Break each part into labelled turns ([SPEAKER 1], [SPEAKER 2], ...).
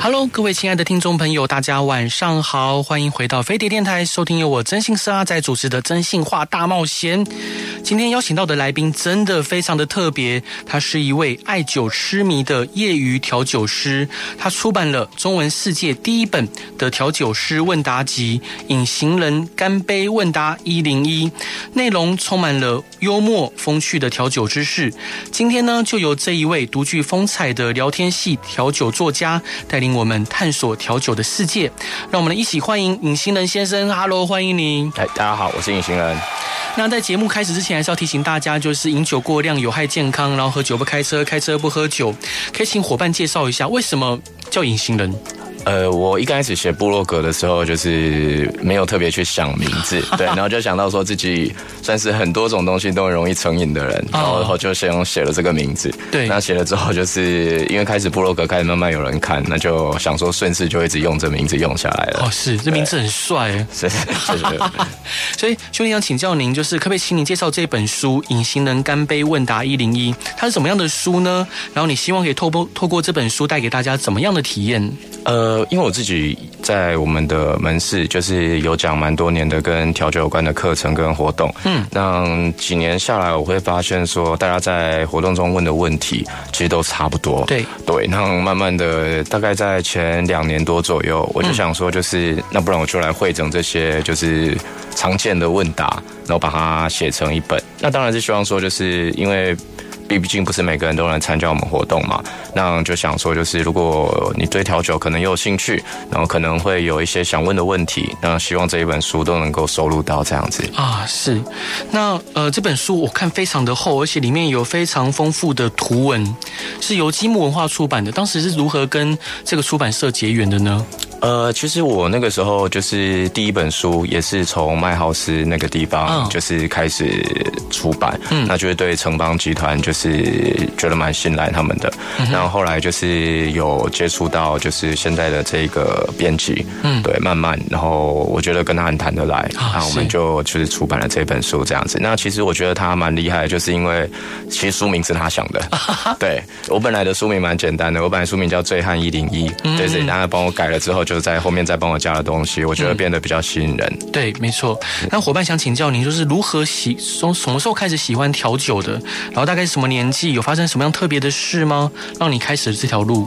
[SPEAKER 1] Hello，各位亲爱的听众朋友，大家晚上好，欢迎回到飞碟电台，收听由我真心是阿仔主持的《真心话大冒险》。今天邀请到的来宾真的非常的特别，他是一位爱酒痴迷的业余调酒师，他出版了中文世界第一本的调酒师问答集《隐形人干杯问答一零一》，内容充满了幽默风趣的调酒知识。今天呢，就由这一位独具风采的聊天系调酒作家，带领我们探索调酒的世界。让我们一起欢迎隐形人先生，Hello，欢迎您。
[SPEAKER 2] 哎，大家好，我是隐形人。
[SPEAKER 1] 那在节目开始之前，还是要提醒大家，就是饮酒过量有害健康，然后喝酒不开车，开车不喝酒。可以请伙伴介绍一下，为什么叫隐形人？
[SPEAKER 2] 呃，我一开始写部落格的时候，就是没有特别去想名 字，对，然后就想到说自己算是很多种东西都很容易成 瘾的人，然后就先写了这个名字。
[SPEAKER 1] 哦对
[SPEAKER 2] 那写了之后，就是因为开始部落格开始慢慢有人看，那就想说顺势就一直用这名字用下来
[SPEAKER 1] 哦，
[SPEAKER 2] 了。
[SPEAKER 1] 是这名字很帅耶。
[SPEAKER 2] 是是是，
[SPEAKER 1] 所以兄弟想请教您，就是可不可以请你介绍这本书《隐形人干杯问答一零一》，它是什么样的书呢？然后你希望可以透过透过这本书带给大家怎么样的体验？
[SPEAKER 2] 呃，因为我自己在我们的门市就是有讲蛮多年的跟调酒有关的课程跟活动，嗯，那几年下来，我会发现说，大家在活动中问的问题其实都差不多，
[SPEAKER 1] 对
[SPEAKER 2] 对，那慢慢的，大概在前两年多左右，我就想说，就是、那不然我就来汇整这些就是常见的问答，然后把它写成一本。那当然是希望说，就是因为。毕竟不是每个人都能参加我们活动嘛，那就想说，就是如果你对调酒可能有兴趣，然后可能会有一些想问的问题，那希望这一本书都能够收录到这样子。
[SPEAKER 1] 啊，是。那呃，这本书我看非常的厚，而且里面有非常丰富的图文，是由积木文化出版的。当时是如何跟这个出版社结缘的呢？
[SPEAKER 2] 呃，其实我那个时候就是第一本书也是从麦浩斯那个地
[SPEAKER 1] 嗯
[SPEAKER 2] 方就是开始出版，那就是对城邦集团就是觉得蛮信赖他们的，然后后来就是有接触到就是现在的这个编辑，嗯，对，慢慢，然后我觉得跟他很谈得来，
[SPEAKER 1] 啊
[SPEAKER 2] 然后我们
[SPEAKER 1] 是
[SPEAKER 2] 就就是出版了这本书这样子。那其实我觉得他蛮厉害，就是因为其实书名是他想 的，对我本来的书名蛮简单的，我本来书名叫《醉汉一零一》，
[SPEAKER 1] 嗯
[SPEAKER 2] 对对，然后他帮我改了之后，就在后面再帮我加了东西，我
[SPEAKER 1] 嗯
[SPEAKER 2] 觉得变得比较吸引人。
[SPEAKER 1] 对，没错。那伙伴想请教您，就是如何喜从什么时候开始喜欢调酒的？然后大概是什么年纪？有发生什么样特别的事吗？让你开始这条路？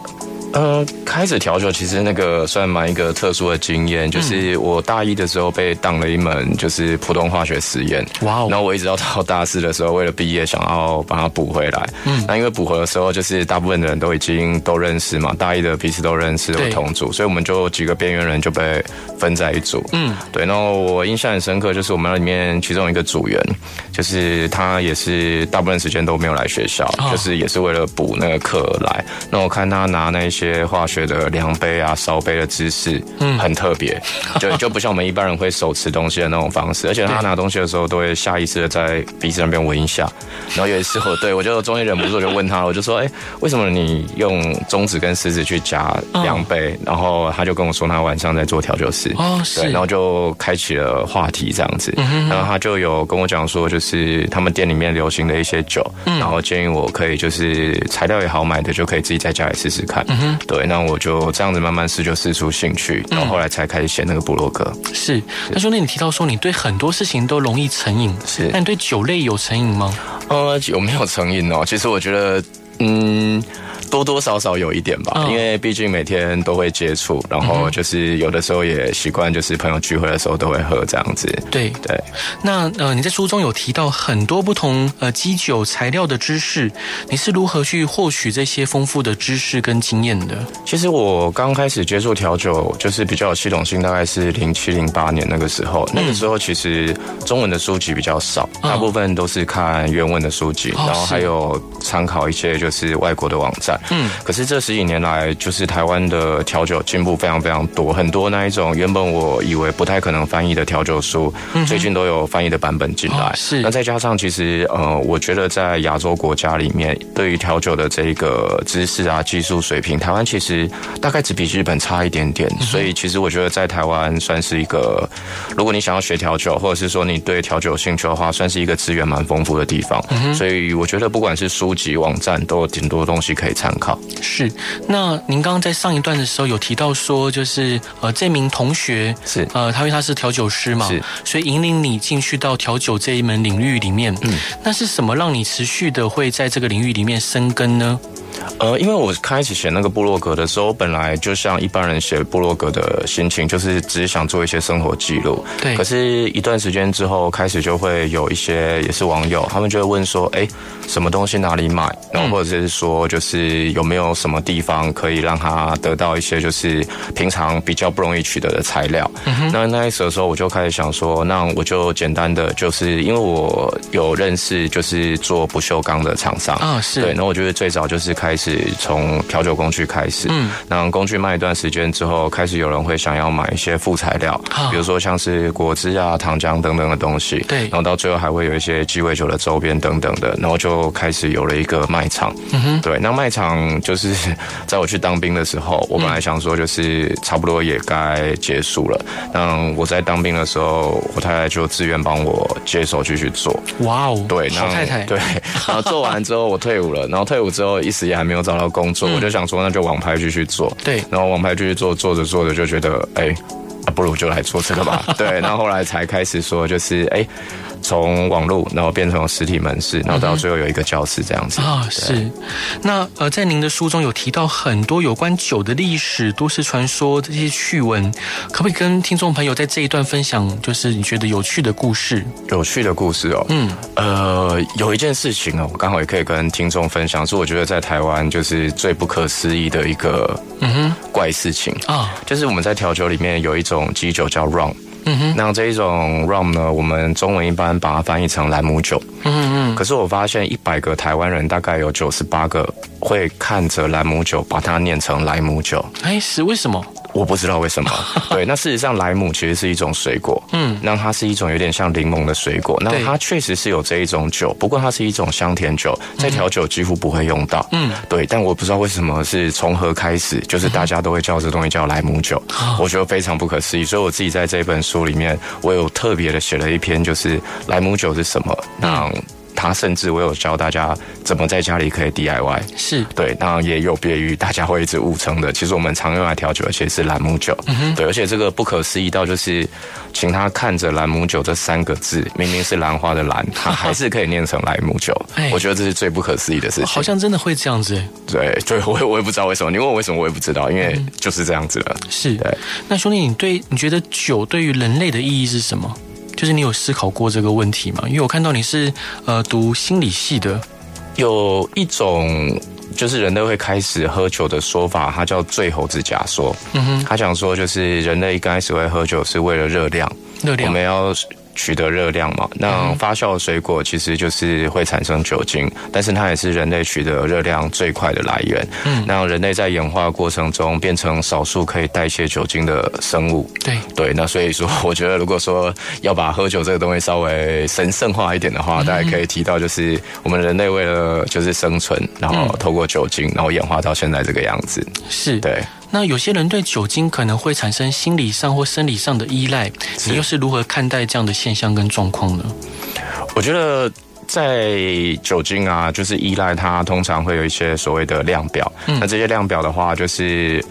[SPEAKER 2] 呃，开始调酒其实那个算蛮一个特殊的经验，就是
[SPEAKER 1] 嗯
[SPEAKER 2] 我大一的时候被当了一门就是普通化学实验，
[SPEAKER 1] 哇哦
[SPEAKER 2] 然后我一直到到大四的时候，为了毕业想要把它补回来，嗯，那因为补回的时候就是大部分的人都已经都认识嘛，大一的彼此都认识，
[SPEAKER 1] 对
[SPEAKER 2] 有同组，所以我们就几个边缘人就被分在一组，嗯，对，然后我印象很深刻，就是我们那里面其中一个组员，就是他也是大部分时间都没有来学校，
[SPEAKER 1] 哦
[SPEAKER 2] 就是也是为了补那个课而来。那我看他拿那些化学的量杯啊、烧杯的姿势，嗯，很特别， 就就不像我们一般人会手持东西的那种方式。而且他拿东西的时候，都会下意识的在鼻子那边闻一下。然后有一次我对我就终于忍不住，我就问他，我就说：“哎、为什么你用中指跟食指去夹量杯？”然后他就跟我说，他晚上在做调酒师。
[SPEAKER 1] 哦，
[SPEAKER 2] 对，
[SPEAKER 1] 是
[SPEAKER 2] 然，后就开启了话题这样子，然后他就有跟我讲说，就是他们店里面流行的一些酒，然后建议我可以就是材料也好买的，就可以自己在家里试试看。对，那我就这样子慢慢试，就试出兴趣，然后后来才开始写那个部落格。
[SPEAKER 1] 是。那兄弟，你提到说你对很多事情都容易成瘾，
[SPEAKER 2] 是
[SPEAKER 1] 那你对酒类有成瘾吗？
[SPEAKER 2] 呃，有没有成瘾哦？其实我觉得，嗯，多多少少有一点吧，
[SPEAKER 1] 嗯
[SPEAKER 2] 因为毕竟每天都会接触，然后就是有的时候也习惯，就是朋友聚会的时候都会喝这样子。
[SPEAKER 1] 对，
[SPEAKER 2] 对，
[SPEAKER 1] 那呃，你在书中有提到很多不同呃基酒材料的知识，你是如何去获取这些丰富的知识跟经验的？
[SPEAKER 2] 其实我刚开始接触调酒，就是比较有系统性，大概是零七零八年那个时候。那个时候其实中文的书籍比较少，嗯大部分都是看原文的书籍，
[SPEAKER 1] 哦
[SPEAKER 2] 然后还有参考一些就是外国的网站。嗯，可是这十几年来，就是台湾的调酒进步非常非常多，很多那一种原本我以为不太可能翻译的调酒书，最近都有翻译的版本进来。
[SPEAKER 1] 哦是
[SPEAKER 2] 那再加上其实呃，我觉得在亚洲国家里面，对于调酒的这个知识啊、技术水平，台湾其实大概只比日本差一点点。所以其实我觉得在台湾算是一个，如果你想要学调酒，或者是说你对调酒有兴趣的话，算是一个资源蛮丰富的地方。所以我觉得不管是书籍、网站，都有挺多东西可以参考。
[SPEAKER 1] 是，那您刚刚在上一段的时候有提到说，就是呃，这名同学
[SPEAKER 2] 是
[SPEAKER 1] 呃，他因为他是调酒师嘛
[SPEAKER 2] 是，
[SPEAKER 1] 所以引领你进去到调酒这一门领域里面。嗯，那是什么让你持续的会在这个领域里面生根呢？
[SPEAKER 2] 呃，因为我开始写那个部落格的时候，本来就像一般人写部落格的心情，就是只是想做一些生活记录。
[SPEAKER 1] 对
[SPEAKER 2] 可是，一段时间之后，开始就会有一些也是网友，他们就会问说：“哎、什么东西哪里买？”然后或者是说，就是有没有什么地方可以让他得到一些就是平常比较不容易取得的材料。那那一时的时候，我就开始想说，那我就简单的，就是因为我有认识就是做不锈钢的厂商
[SPEAKER 1] 啊是
[SPEAKER 2] 对，然后我就是最早就是开始从调酒工具开始，嗯，那工具卖一段时间之后，开始有人会想要买一些副材料，
[SPEAKER 1] 啊
[SPEAKER 2] 比如说像是果汁啊、糖浆等等的东西，
[SPEAKER 1] 对
[SPEAKER 2] 然后到最后还会有一些鸡尾酒的周边等等的，然后就开始有了一个卖场，嗯哼，对，那卖场就是 在我去当兵的时候，我本来想说就是差不多也该结束了，那我在当兵的时候，我太太就自愿帮我接手继续做，
[SPEAKER 1] 哇哦，
[SPEAKER 2] 对，然
[SPEAKER 1] 好
[SPEAKER 2] 后
[SPEAKER 1] 太太，
[SPEAKER 2] 对，然后做完之后我退伍了，然后退伍之后一时也还没有找到工作，我就想说那就网拍继续做，
[SPEAKER 1] 嗯对
[SPEAKER 2] 然后网拍继续做，做着做着就觉得，哎、啊不如就来做这 个吧，对，然后后来才开始说就是，哎、从网络然后变成实体门市，然后到最后有一个教室这样子
[SPEAKER 1] 嗯啊，
[SPEAKER 2] 对
[SPEAKER 1] 是。那呃，在您的书中有提到很多有关酒的历史、都市传说这些趣闻，可不可以跟听众朋友在这一段分享，就是你觉得有趣的故事？
[SPEAKER 2] 有趣的故事哦。嗯，呃，有一件事情哦，我刚好也可以跟听众分享，是我觉得在台湾就是最不可思议的一个嗯怪事情
[SPEAKER 1] 啊
[SPEAKER 2] 就是我们在调酒里面有一种基酒叫 rum。嗯哼，那这一种 rum 呢，我们中文一般把它翻译成兰姆酒。嗯嗯，可是我发现一百个台湾人大概有九十八个会看着兰姆酒把它念成莱姆酒。
[SPEAKER 1] 哎，是为什么？
[SPEAKER 2] 我不知道为什 么。对，那事实上莱姆其实是一种水果，嗯，那它是一种有点像柠檬的水果，那
[SPEAKER 1] 对
[SPEAKER 2] 它确实是有这一种酒，不过它是一种香甜酒，在调酒几乎不会用到，嗯，对，但我不知道为什么是从何开始，就是大家都会叫这东西叫莱姆酒，我觉得非常不可思议，所以我自己在这本书里面，我有特别的写了一篇，就是莱姆酒是什么，那它甚至我有教大家怎么在家里可以 DIY，
[SPEAKER 1] 是
[SPEAKER 2] 对，当然也有别于大家会一直误称的。其实我们常用来调酒，而且是兰姆酒。对，而且这个不可思议到就是，请他看着兰姆酒这三个字，明明是兰花的兰，他还是可以念成莱姆 酒
[SPEAKER 1] 哎。
[SPEAKER 2] 我觉得这是最不可思议的事情。
[SPEAKER 1] 好像真的会这样子，哎
[SPEAKER 2] 对对，我也我也不知道为什么。你问我为什么，我也不知道，因为就是这样子了。
[SPEAKER 1] 是
[SPEAKER 2] 对。
[SPEAKER 1] 那兄弟，你对你觉得酒对于人类的意义是什么？就是你有思考过这个问题吗？因为我看到你是呃读心理系的，
[SPEAKER 2] 有一种就是人类会开始喝酒的说法，它叫醉猴子假说。嗯哼，他讲说就是人类一开始会喝酒是为了热量。
[SPEAKER 1] 热量
[SPEAKER 2] 我们要取得热量嘛。那发酵的水果其实就是会产生酒精，但是它也是人类取得热量最快的来源。嗯，那人类在演化过程中变成少数可以代谢酒精的生物。
[SPEAKER 1] 对
[SPEAKER 2] 对，那所以说，我觉得如果说要把喝酒这个东西稍微神圣化一点的话，大家可以提到就是我们人类为了就是生存，然后透过酒精，然后演化到现在这个样子。
[SPEAKER 1] 是。
[SPEAKER 2] 对。
[SPEAKER 1] 那有些人对酒精可能会产生心理上或生理上的依赖，你又是如何看待这样的现象跟状况呢？
[SPEAKER 2] 我觉得在酒精啊，就是依赖它，通常会有一些所谓的量表。
[SPEAKER 1] 嗯
[SPEAKER 2] 那这些量表的话，就是。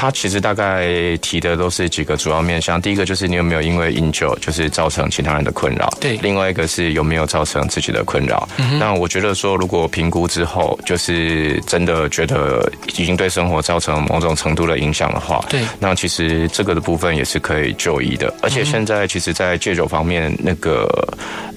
[SPEAKER 2] 它其实大概提的都是几个主要面向，第一个就是你有没有因为饮酒就是造成其他人的困扰，
[SPEAKER 1] 对嗯
[SPEAKER 2] 另外一个是有没有造成自己的困扰。那我觉得说，如果评估之后，就是真的觉得已经对生活造成某种程度的影响的话，
[SPEAKER 1] 对
[SPEAKER 2] 那其实这个的部分也是可以
[SPEAKER 1] 嗯
[SPEAKER 2] 就医的，而且现在其实，在戒酒方面，那个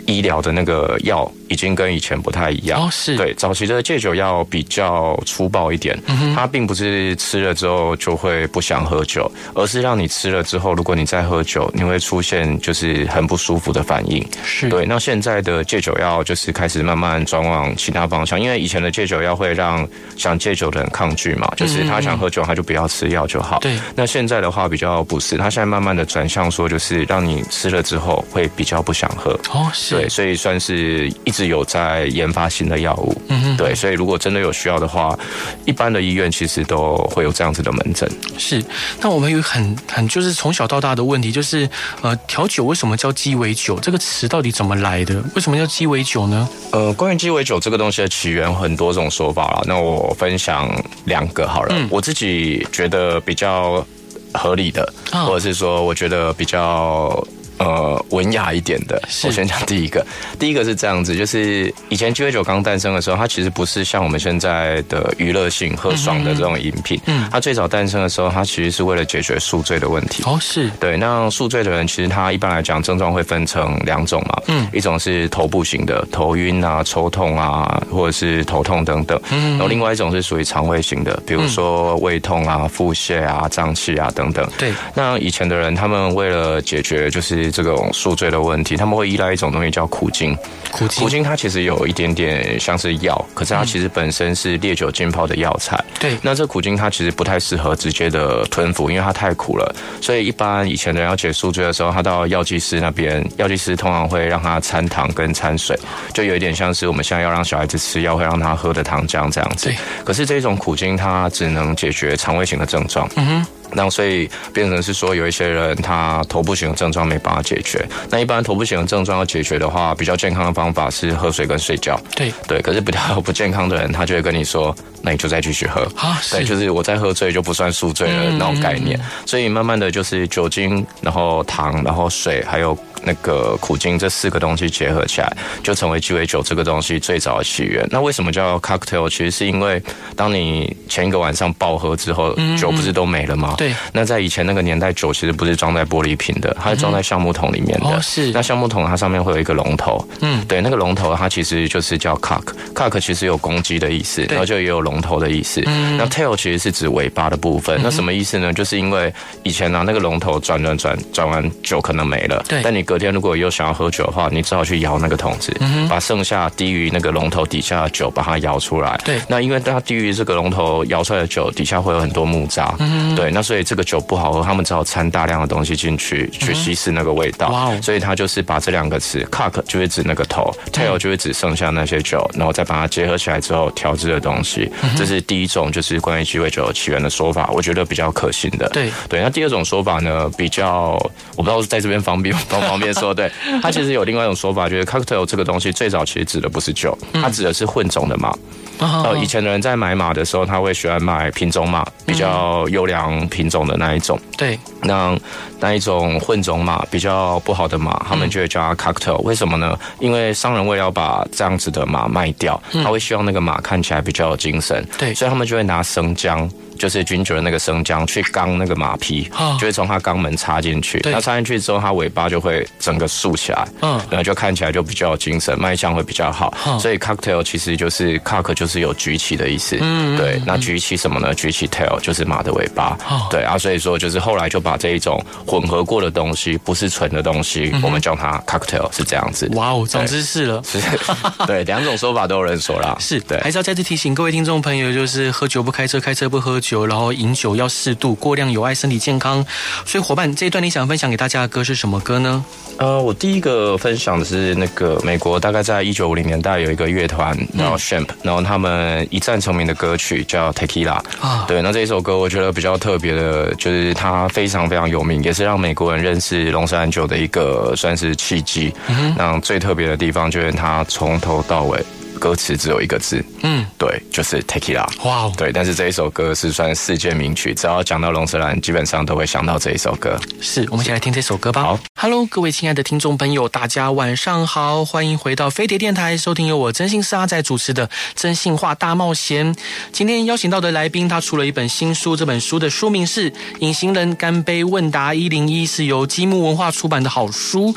[SPEAKER 2] 医疗的那个药已经跟以前不太一样。
[SPEAKER 1] 哦是
[SPEAKER 2] 对，早期的戒酒药比较粗暴一点，
[SPEAKER 1] 嗯
[SPEAKER 2] 它并不是吃了之后就会不想喝酒，而是让你吃了之后，如果你再喝酒，你会出现就是很不舒服的反应。
[SPEAKER 1] 是，
[SPEAKER 2] 对，那现在的戒酒药就是开始慢慢转往其他方向，因为以前的戒酒药会让想戒酒的人抗拒嘛，就是他想喝酒，他就不要吃药就好。
[SPEAKER 1] 嗯对
[SPEAKER 2] 那现在的话比较不是，他现在慢慢的转向说，就是让你吃了之后会比较不想喝。
[SPEAKER 1] 哦是，
[SPEAKER 2] 对，所以算是一直有在研发新的药物。
[SPEAKER 1] 嗯哼，
[SPEAKER 2] 对，所以如果真的有需要的话，一般的医院其实都会有这样子的门诊。
[SPEAKER 1] 是。那我们有一个很很就是从小到大的问题，就是呃，调酒为什么叫鸡尾酒？这个词到底怎么来的？为什么叫鸡尾酒呢？
[SPEAKER 2] 呃，关于鸡尾酒这个东西的起源，很多种说法啦。那我分享两个好
[SPEAKER 1] 嗯
[SPEAKER 2] 了，我自己觉得比较合理的，
[SPEAKER 1] 啊
[SPEAKER 2] 或者是说我觉得比较。呃，文雅一点的，
[SPEAKER 1] 是
[SPEAKER 2] 我先讲第一个。第一个是这样子，就是以前鸡尾酒刚诞生的时候，它其实不是像我们现在的娱乐性喝爽的这种饮品。
[SPEAKER 1] 嗯
[SPEAKER 2] 它最早诞生的时候，它其实是为了解决宿醉的问题。
[SPEAKER 1] 哦是，
[SPEAKER 2] 对，那宿醉的人其实他一般来讲症状会分成两种嘛，
[SPEAKER 1] 嗯
[SPEAKER 2] 一种是头部型的，头晕啊、抽痛啊，或者是头痛等等，然后另外一种是属于肠胃型的，比如说胃痛啊、腹泻啊、胀气啊等等。
[SPEAKER 1] 对，
[SPEAKER 2] 那以前的人他们为了解决就是这种宿醉的问题，他们会依赖一种东西叫苦精，
[SPEAKER 1] 苦精
[SPEAKER 2] 苦，精它其实有一点点像是药，可是它其实本身是烈酒浸泡的药材。
[SPEAKER 1] 对，
[SPEAKER 2] 那这苦精它其实不太适合直接的吞服，因为它太苦了。所以一般以前的人要解宿醉的时候，他到药剂师那边，药剂师通常会让他掺糖跟掺水，就有一点像是我们现在要让小孩子吃药会让他喝的糖浆这样子
[SPEAKER 1] 对。
[SPEAKER 2] 可是这种苦精它只能解决肠胃型的症状。嗯哼。那所以变成是说，有一些人他头部型的症状没办法解决。那一般头部型的症状要解决的话，比较健康的方法是喝水跟睡觉。
[SPEAKER 1] 对，
[SPEAKER 2] 对，可是比较不健康的人，他就会跟你说，那你就再继续喝。
[SPEAKER 1] 啊
[SPEAKER 2] 对，
[SPEAKER 1] 是，嗯
[SPEAKER 2] 就是我在喝醉就不算宿醉了那种概念，所以慢慢的就是酒精，然后糖，然后水，还有那个苦精这四个东西结合起来，就成为鸡尾酒这个东西最早的起源。那为什么叫 cocktail？其实是因为当你前一个晚上暴喝之后，酒不是都没了吗？
[SPEAKER 1] 嗯对，
[SPEAKER 2] 那在以前那个年代，酒其实不是装在玻璃瓶的，它是装在橡木桶里面的。
[SPEAKER 1] 嗯哦是
[SPEAKER 2] 那橡木桶它上面会有一个龙头，
[SPEAKER 1] 嗯
[SPEAKER 2] 对，那个龙头它其实就是叫 cock。cock 其实有公鸡的意思，然后就也有龙头的意思。
[SPEAKER 1] 嗯
[SPEAKER 2] 那 tail 其实是指尾巴的部分。那什么意思呢？就是因为以前拿、啊那个龙头转转转转完酒可能没了，
[SPEAKER 1] 对
[SPEAKER 2] 但你隔天如果有想要喝酒的话，你只好去摇那个桶子，
[SPEAKER 1] 嗯
[SPEAKER 2] 把剩下低于那个龙头底下的酒把它摇出来。
[SPEAKER 1] 对
[SPEAKER 2] 那因为它低于这个龙头摇出来的酒底下会有很多木渣，
[SPEAKER 1] 嗯
[SPEAKER 2] 对，那所以这个酒不好喝，他们只好掺大量的东西进去去稀释那个味道。
[SPEAKER 1] 嗯哇哦
[SPEAKER 2] 所以它就是把这两个词 “cock” 就是指那个头，“tail” 就是指剩下那些酒，然后再把它结合起来之后调制的东西。这是第一种，就是关于鸡尾酒起源的说法，我觉得比较可信的。
[SPEAKER 1] 对
[SPEAKER 2] 对，那第二种说法呢，比较我不知道在这边方便 方不方便说，对，它其实有另外一种说法，就是 cocktail 这个东西最早其实指的不是酒，它指的是混种的嘛。
[SPEAKER 1] 啊
[SPEAKER 2] 哦，以前的人在买马的时候，他会喜欢买品种马，比较优良品种的那一种。
[SPEAKER 1] 对，
[SPEAKER 2] 那那一种混种马比较不好的马，他们就会叫它 cocktail、为什么呢？因为商人为了要把这样子的马卖掉，他会希望那个马看起来比较有精神，
[SPEAKER 1] 嗯对
[SPEAKER 2] 所以他们就会拿生姜。就是菌酒的那个生姜去刚那个马匹，
[SPEAKER 1] 啊
[SPEAKER 2] 就会从它肛门插进去。
[SPEAKER 1] 对
[SPEAKER 2] 那插进去之后，它尾巴就会整个竖起来，
[SPEAKER 1] 嗯
[SPEAKER 2] 然呃后就看起来就比较有精神，卖相会比较好。
[SPEAKER 1] 嗯
[SPEAKER 2] 所以 cocktail 其实就是 cock 就是有举起的意思，嗯，对。那举起什么呢？举起 tail 就是马的尾巴，
[SPEAKER 1] 哦
[SPEAKER 2] 对啊，所以说就是后来就把这一种混合过的东西，不是纯的东西，我们叫它 cocktail 是这样子。
[SPEAKER 1] 哇哦，长
[SPEAKER 2] 对
[SPEAKER 1] 知识了。
[SPEAKER 2] 是， 对，两种说法都有人说啦，
[SPEAKER 1] 是，
[SPEAKER 2] 对
[SPEAKER 1] 还。是要再次提醒各位听众朋友，就是喝酒不开车，开车不喝酒，然后饮酒要适度，过量有害身体健康。所以伙伴，这一段你想分享给大家的歌是什么歌呢？
[SPEAKER 2] 呃，我第一个分享的是那个美国，大概在一九五零年代有一个乐团，
[SPEAKER 1] 嗯
[SPEAKER 2] 然后 Shamp，、然后他们一战成名的歌曲叫 Tequila。
[SPEAKER 1] 啊
[SPEAKER 2] 对，那这一首歌我觉得比较特别的，就是它非常非常有名，也是让美国人认识龙山酒的一个算是契机。
[SPEAKER 1] 嗯
[SPEAKER 2] 那最特别的地方就是它从头到尾歌词只有一个字，
[SPEAKER 1] 嗯，
[SPEAKER 2] 对，就是 Tequila。
[SPEAKER 1] 哇哦，
[SPEAKER 2] 对，但是这一首歌是算世界名曲，只要讲到龙舌兰，基本上都会想到这一首歌。
[SPEAKER 1] 是我们一起来听这首歌吧。
[SPEAKER 2] 好。
[SPEAKER 1] Hello，各位亲爱的听众朋友，大家晚上好，欢迎回到飞碟电台，收听由我真心是阿仔主持的《真心话大冒险》。今天邀请到的来宾，他出了一本新书，这本书的书名是《隐形人干杯问答一零一》，是由积木文化出版的好书。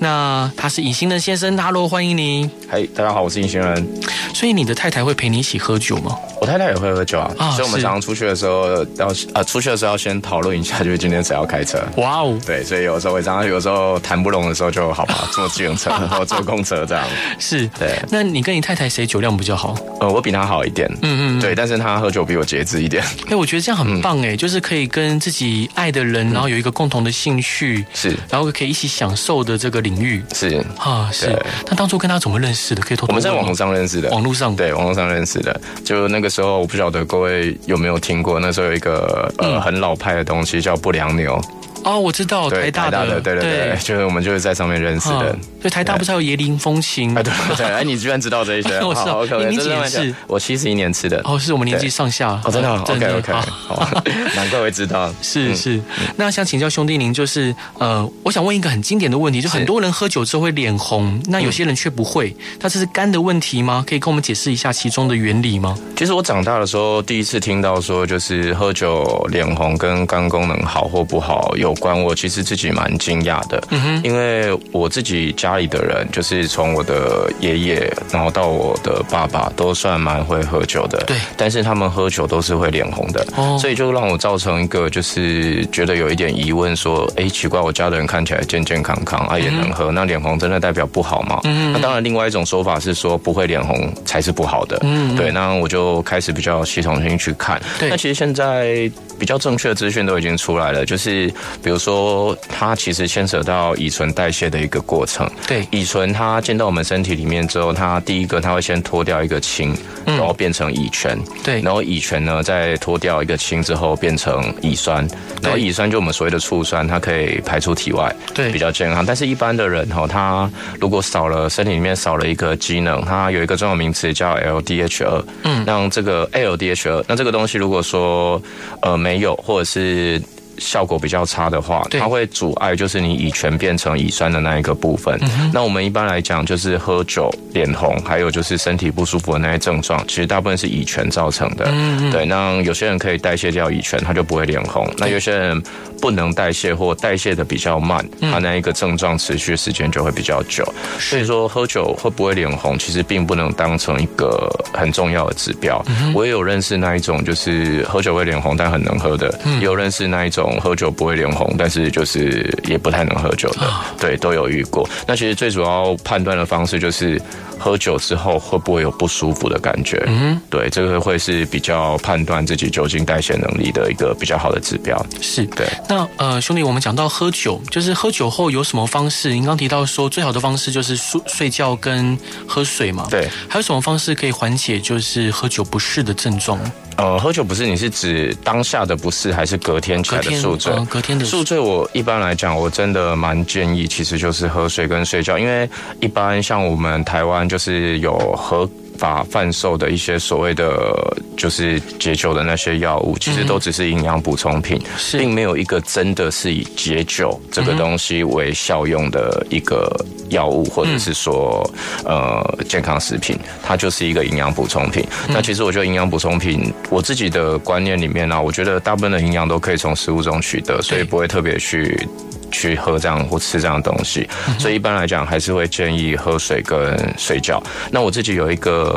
[SPEAKER 1] 那他是隐形人先生，Hello，欢迎你。
[SPEAKER 2] 嗨，大家好，我是隐形人。
[SPEAKER 1] 所以你的太太会陪你一起喝酒吗？
[SPEAKER 2] 我太太也会喝酒啊，
[SPEAKER 1] 啊
[SPEAKER 2] 所以我们
[SPEAKER 1] 是
[SPEAKER 2] 常常出去的时候要呃，出去的时候要先讨论一下，就是今天谁要开车。
[SPEAKER 1] 哇哦，
[SPEAKER 2] 对，所以有时候会这样，有时候谈不拢的时候就 好吧，坐自行车或坐公车这样。
[SPEAKER 1] 是。
[SPEAKER 2] 对，
[SPEAKER 1] 那你跟你太太谁酒量比较好？
[SPEAKER 2] 呃，我比他好一点，
[SPEAKER 1] 嗯嗯嗯
[SPEAKER 2] 对，但是他喝酒比我节制一点，
[SPEAKER 1] 哎、我觉得这样
[SPEAKER 2] 嗯
[SPEAKER 1] 很棒哎、就是可以跟自己爱的人，然后有一个共同的兴趣，
[SPEAKER 2] 是
[SPEAKER 1] 然后可以一起享受的这个领域
[SPEAKER 2] 是，
[SPEAKER 1] 啊。是
[SPEAKER 2] 对，
[SPEAKER 1] 那当初跟他怎么认识的？可以偷偷
[SPEAKER 2] 我们在
[SPEAKER 1] 问
[SPEAKER 2] 网
[SPEAKER 1] 吗
[SPEAKER 2] 红上认识的，
[SPEAKER 1] 网络上
[SPEAKER 2] 对，网络上认识的。就那个时候，我不晓得各位有没有听过，那时候有一个呃、
[SPEAKER 1] 嗯
[SPEAKER 2] 很老派的东西叫不良牛，
[SPEAKER 1] 哦，我知道
[SPEAKER 2] 对，
[SPEAKER 1] 台大的，
[SPEAKER 2] 对对对，就是我们就是在上面认识的
[SPEAKER 1] 啊。所以台大不是还有椰林风情，
[SPEAKER 2] 哎，？对 对，哎，你居然知道这一 些
[SPEAKER 1] 我知道
[SPEAKER 2] 好，OK，
[SPEAKER 1] 你你
[SPEAKER 2] 这
[SPEAKER 1] 几年
[SPEAKER 2] 慢慢讲
[SPEAKER 1] 次
[SPEAKER 2] 我七十一年次的，
[SPEAKER 1] 哦，是我们年纪上下
[SPEAKER 2] 哦，真嗯的，OK 哦 OK，
[SPEAKER 1] 好
[SPEAKER 2] 好，难怪会知道，
[SPEAKER 1] 是是，那想请教兄弟您，就是呃，我想问一个很经典的问题，就很多人喝酒之后会脸红，那
[SPEAKER 2] 嗯
[SPEAKER 1] 有些人却不会，那这是肝的问题吗？可以跟我们解释一下其中的原理吗？
[SPEAKER 2] 其实我长大的时候，第一次听到说，就是喝酒脸红跟肝功能好或不好有关，我其实自己蛮惊讶的。嗯哼，因为我自己家里的人，就是从我的爷爷，然后到我的爸爸，都算蛮会喝酒的。
[SPEAKER 1] 对
[SPEAKER 2] 但是他们喝酒都是会脸红的。
[SPEAKER 1] 哦
[SPEAKER 2] 所以就让我造成一个就是觉得有一点疑问，说，哎，奇怪，我家的人看起来健健康康，啊也能
[SPEAKER 1] 嗯
[SPEAKER 2] 喝，那脸红真的代表不好吗？那当然，另外一种说法是说不会脸红才是不好的。对，那我就开始比较系统性去看。
[SPEAKER 1] 嗯对
[SPEAKER 2] 那其实现在比较正确的资讯都已经出来了，就是比如说它其实牵扯到乙醇代谢的一个过程。
[SPEAKER 1] 对，
[SPEAKER 2] 乙醇它进到我们身体里面之后，它第一个它会先脱掉一个氢，
[SPEAKER 1] 嗯
[SPEAKER 2] 然后变成乙醛。
[SPEAKER 1] 对
[SPEAKER 2] 然后乙醛呢，再脱掉一个氢之后变成乙酸，然后乙酸就我们所谓的醋酸，它可以排出体外，
[SPEAKER 1] 对
[SPEAKER 2] 比较健康。但是一般的人哈，他如果少了身体里面少了一个机能，它有一个专有名词叫 LDH 二，嗯，让这个 LDH E 二，那这个东西如果说呃没有或者是效果比较差的话，
[SPEAKER 1] 对
[SPEAKER 2] 它会阻碍就是你乙醛变成乙酸的那一个部分。那我们一般来讲，就是喝酒、脸红，还有就是身体不舒服的那些症状，其实大部分是乙醛造成的。对，那有些人可以代谢掉乙醛，他就不会脸红；那有些人不能代谢或代谢的比较慢，他那一个症状持续时间就会比较久。所以说，喝酒会不会脸红，其实并不能当成一个很重要的指标。我也有认识那一种，就是喝酒会脸红但很能喝的，
[SPEAKER 1] 嗯
[SPEAKER 2] 也有认识那一种喝酒不会脸红，但是就是也不太能喝酒的，
[SPEAKER 1] 啊
[SPEAKER 2] 对，都有遇过。那其实最主要判断的方式就是喝酒之后会不会有不舒服的感觉，嗯，对，这个会是比较判断自己酒精代谢能力的一个比较好的指标。
[SPEAKER 1] 是。
[SPEAKER 2] 对，
[SPEAKER 1] 那呃，兄弟，我们讲到喝酒，就是喝酒后有什么方式？您刚提到说最好的方式就是睡睡觉跟喝水嘛。
[SPEAKER 2] 对
[SPEAKER 1] 还有什么方式可以缓解就是喝酒不适的症状？
[SPEAKER 2] 呃，喝酒不是你是指当下的不适，还是隔天起
[SPEAKER 1] 隔
[SPEAKER 2] 来的
[SPEAKER 1] 天，
[SPEAKER 2] 宿醉？
[SPEAKER 1] 呃隔天的
[SPEAKER 2] 宿醉我一般来讲，我真的蛮建议，其实就是喝水跟睡觉，因为一般像我们台湾就是有合法贩售的一些所谓的就是解酒的那些药物，其实都只是营养补充品，
[SPEAKER 1] 嗯是
[SPEAKER 2] 并没有一个真的是以解酒这个东西为效用的一个药物，或者是说呃健康食品，它就是一个营养补充品。那其实我觉得营养补充品，我自己的观念里面呢、啊我觉得大部分的营养都可以从食物中取得，所以不会特别去。去喝这样或吃这样的东西，所以一般来讲还是会建议喝水跟睡觉。那我自己有一个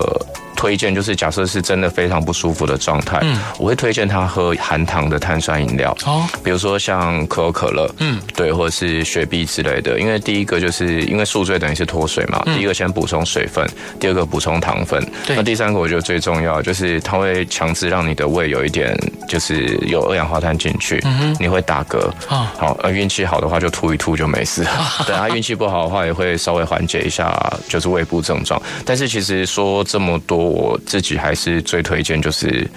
[SPEAKER 2] 推荐，就是假设是真的非常不舒服的状态，我会推荐他喝含糖的碳酸饮料。
[SPEAKER 1] 哦，
[SPEAKER 2] 比如说像可口可乐，嗯，对，或者是雪碧之类的。因为第一个就是因为宿醉等于是脱水嘛，第一个先补充水分，第二个补充糖分，
[SPEAKER 1] 嗯对
[SPEAKER 2] 那第三个我觉得最重要就是它会强制让你的胃有一点就是有二氧化碳进去，你会打嗝。
[SPEAKER 1] 嗯啊
[SPEAKER 2] 好，呃，运气好的话就吐一吐就没事了。 对，啊，运气不好的话也会稍微缓解一下就是胃部症状。但是其实说这么多，我自己还是最推荐就是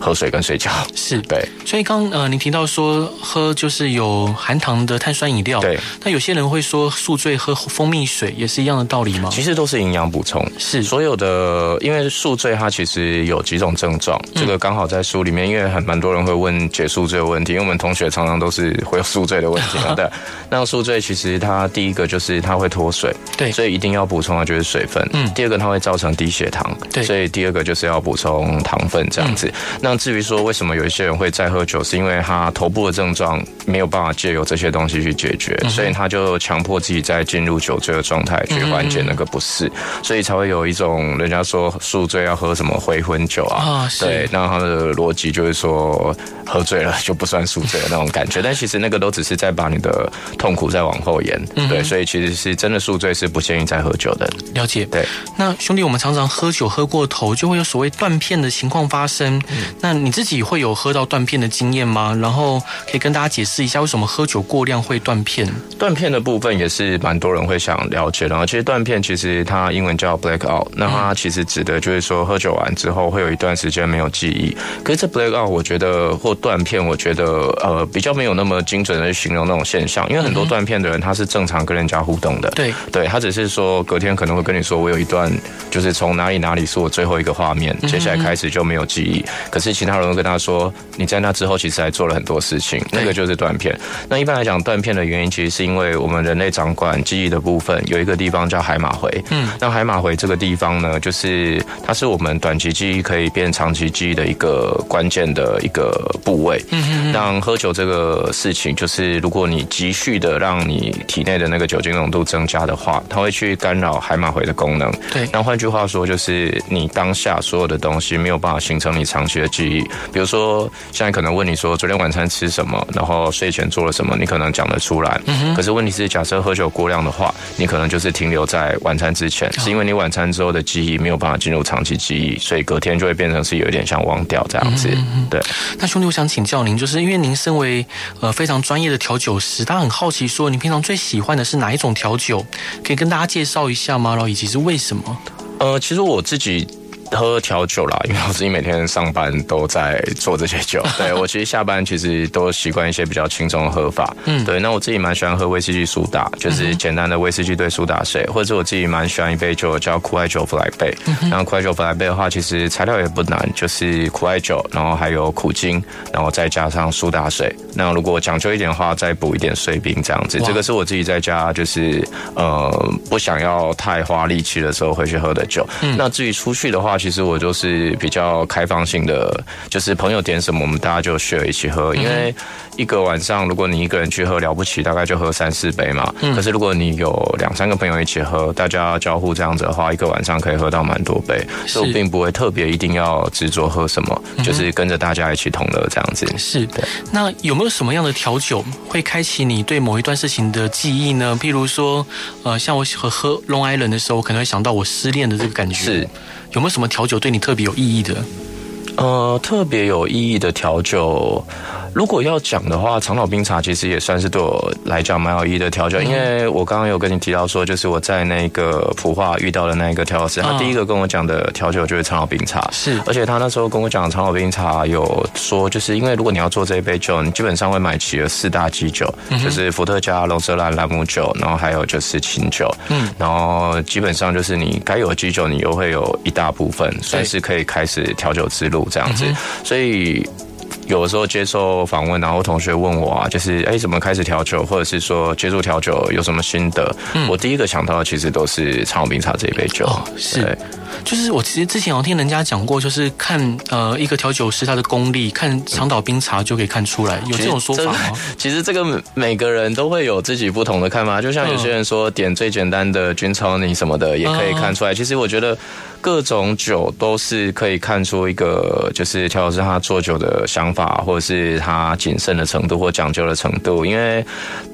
[SPEAKER 2] 喝水跟睡觉。
[SPEAKER 1] 是
[SPEAKER 2] 对，
[SPEAKER 1] 所以刚呃，您提到说喝就是有含糖的碳酸饮料，
[SPEAKER 2] 对。
[SPEAKER 1] 那有些人会说宿醉喝蜂蜜水也是一样的道理吗？
[SPEAKER 2] 其实都是营养补充。
[SPEAKER 1] 是
[SPEAKER 2] 所有的，因为宿醉它其实有几种症状，这个刚好在书里面，因为很蛮多人会问解宿醉的问题，因为我们同学常常都是会有宿醉的问题嘛。对，那宿醉其实它第一个就是它会脱水，
[SPEAKER 1] 对
[SPEAKER 2] 所以一定要补充的就是水分。
[SPEAKER 1] 嗯
[SPEAKER 2] 第二个它会造成低血糖，
[SPEAKER 1] 对嗯
[SPEAKER 2] 所以第二个就是要补充糖分这样子。那至于说为什么有一些人会再喝酒，是因为他头部的症状没有办法借由这些东西去解决，
[SPEAKER 1] 嗯
[SPEAKER 2] 所以他就强迫自己在进入酒醉的状态去缓解那个不适，
[SPEAKER 1] 嗯
[SPEAKER 2] 所以才会有一种人家说宿醉要喝什么回魂酒啊，
[SPEAKER 1] 啊是
[SPEAKER 2] 对，那他的逻辑就是说喝醉了就不算宿醉的那种感觉，但其实那个都只是在把你的痛苦再往后延，
[SPEAKER 1] 嗯
[SPEAKER 2] 对，所以其实是真的宿醉是不建议再喝酒的，
[SPEAKER 1] 了解。
[SPEAKER 2] 对。
[SPEAKER 1] 那兄弟，我们常常喝酒喝过头，就会有所谓断片的情况发生。那你自己会有喝到断片的经验吗？然后可以跟大家解释一下为什么喝酒过量会断片？
[SPEAKER 2] 断片的部分也是蛮多人会想了解的。其实断片其实它英文叫 black out，那
[SPEAKER 1] 嗯
[SPEAKER 2] 它其实指的就是说喝酒完之后会有一段时间没有记忆。可是这 black out 我觉得或断片，我觉得呃比较没有那么精准的去形容那种现象，因为
[SPEAKER 1] 嗯
[SPEAKER 2] 很多断片的人他是正常跟人家互动的，
[SPEAKER 1] 对，
[SPEAKER 2] 对他只是说隔天可能会跟你说，我有一段就是从哪里哪里是我最后一个画面，接下来开始就没有记忆。可是其他人会跟他说，你在那之后其实还做了很多事情，那个就是断片。那一般来讲，断片的原因其实是因为我们人类掌管记忆的部分有一个地方叫海马回，嗯，那海马回这个地方呢，就是它是我们短期记忆可以变长期记忆的一个关键的一个部位。嗯让喝酒这个事情，就是如果你急续的让你体内的那个酒精浓度增加的话，它会去干扰海马回的功能。
[SPEAKER 1] 对
[SPEAKER 2] 那换句话说，就是你当下所有的东西没有办法形成你长期的记忆。比如说，现在可能问你说昨天晚餐吃什么，然后睡前做了什么，你可能讲得出来。可是问题是，假设喝酒过量的话，你可能就是停留在晚餐之前，是因为你晚餐之后的记忆没有办法进入长期记忆，所以隔天就会变成是有一点像忘掉这样子。对。
[SPEAKER 1] 那兄弟，我想请教您，就是因为您身为呃非常专业的调酒师，他很好奇说您平常最喜欢的是哪一种调酒，可以跟大家介绍一下吗？然后以及是为什么？
[SPEAKER 2] 呃，其实我自己。喝调酒啦，因为我自己每天上班都在做这些酒。对我其实下班其实都习惯一些比较轻松的喝法。嗯，对。那我自己蛮喜欢喝威士忌苏打，就是简单的威士忌兑苏打水，或者是我自己蛮喜欢一杯酒叫苦艾酒弗莱贝。然后苦艾酒弗莱贝的话，其实材料也不难，就是苦艾酒，然后还有苦精，然后再加上苏打水。那如果讲究一点的话，再补一点碎冰这样子。
[SPEAKER 1] 哇
[SPEAKER 2] 这个是我自己在家就是呃不想要太花力气的时候回去喝的酒。那至于出去的话，其实我就是比较开放性的，就是朋友点什么，我们大家就 share 一起喝。因为一个晚上，如果你一个人去喝了不起，大概就喝三四杯嘛。可是如果你有两三个朋友一起喝，大家交互这样子的话，一个晚上可以喝到蛮多杯，所以我并不会特别一定要执着喝什么，就是跟着大家一起同乐这样子。
[SPEAKER 1] 是，那有没有什么样的调酒会开启你对某一段事情的记忆呢？譬如说，呃，像我喝喝 Long Island 的时候，我可能会想到我失恋的这个感觉。
[SPEAKER 2] 是，
[SPEAKER 1] 有没有什么调酒对你特别有意义的？
[SPEAKER 2] 呃，特别有意义的调酒，如果要讲的话，长岛冰茶其实也算是对我来讲蛮有意义的调酒，因为我刚刚有跟你提到说，就是我在那个普化遇到的那一个调酒师，他
[SPEAKER 1] 嗯
[SPEAKER 2] 第一个跟我讲的调酒就是长岛冰茶，
[SPEAKER 1] 是
[SPEAKER 2] 而且他那时候跟我讲长岛冰茶有说，就是因为如果你要做这一杯酒，你基本上会买齐了四大基酒，
[SPEAKER 1] 嗯
[SPEAKER 2] 就是伏特加、龙舌兰、兰姆酒，然后还有就是清酒，嗯，然后基本上就是你该有的基酒，你又会有一大部分，算是可以开始调酒之路这样
[SPEAKER 1] 嗯
[SPEAKER 2] 子，所以。有的时候接受访问，然后同学问我啊，就是哎、怎么开始调酒，或者是说接触调酒有什么心得？我第一个想到的其实都是长岛冰茶这一杯酒，
[SPEAKER 1] 嗯哦是
[SPEAKER 2] 对
[SPEAKER 1] 就是我其实之前好像听人家讲过，就是看呃一个调酒师他的功力，看长岛冰茶就可以看出来，有这种说法吗？
[SPEAKER 2] 其实这个每个人都会有自己不同的看法，就像有些人说点最简单的菌草泥什么的，也可以看出来。其实我觉得各种酒都是可以看出一个就是调酒师他做酒的想法，或者是他谨慎的程度或讲究的程度。因为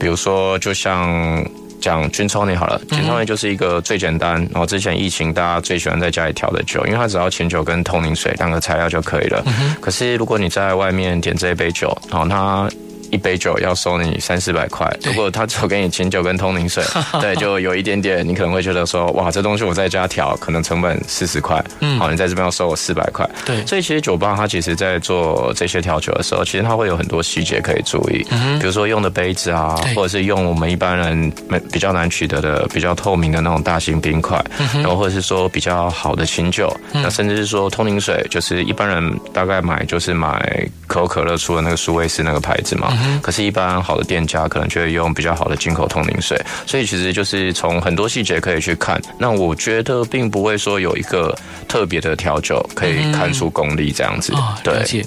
[SPEAKER 2] 比如说，就像。讲菌草泥好了，菌草泥就是一个最简单，然后之前疫情大家最喜欢在家里调的酒，因为它只要清酒跟通灵水两个材料就可以了。可是如果你在外面点这一杯酒，然后它一杯酒要收你三四百块，如果他只有给你清酒跟通灵水，对，就有一点点，你可能会觉得说，哇，这东西我在家调，可能成本四十块，
[SPEAKER 1] 嗯
[SPEAKER 2] 好，你在这边要收我四百块，
[SPEAKER 1] 对
[SPEAKER 2] 所以其实酒吧它其实在做这些调酒的时候，其实它会有很多细节可以注意，比如说用的杯子啊
[SPEAKER 1] 嗯对，
[SPEAKER 2] 或者是用我们一般人没比较难取得的、比较透明的那种大型冰块，然后或者是说比较好的清酒，那甚至是说通灵水，就是一般人大概买就是买可口可乐出的那个苏威士那个牌子
[SPEAKER 1] 嗯
[SPEAKER 2] 嘛，可是，一般好的店家可能就会用比较好的进口通灵水，所以其实就是从很多细节可以去看。那我觉得并不会说有一个特别的调酒可以看出功力这样子，
[SPEAKER 1] 啊、嗯
[SPEAKER 2] 对
[SPEAKER 1] 了。解。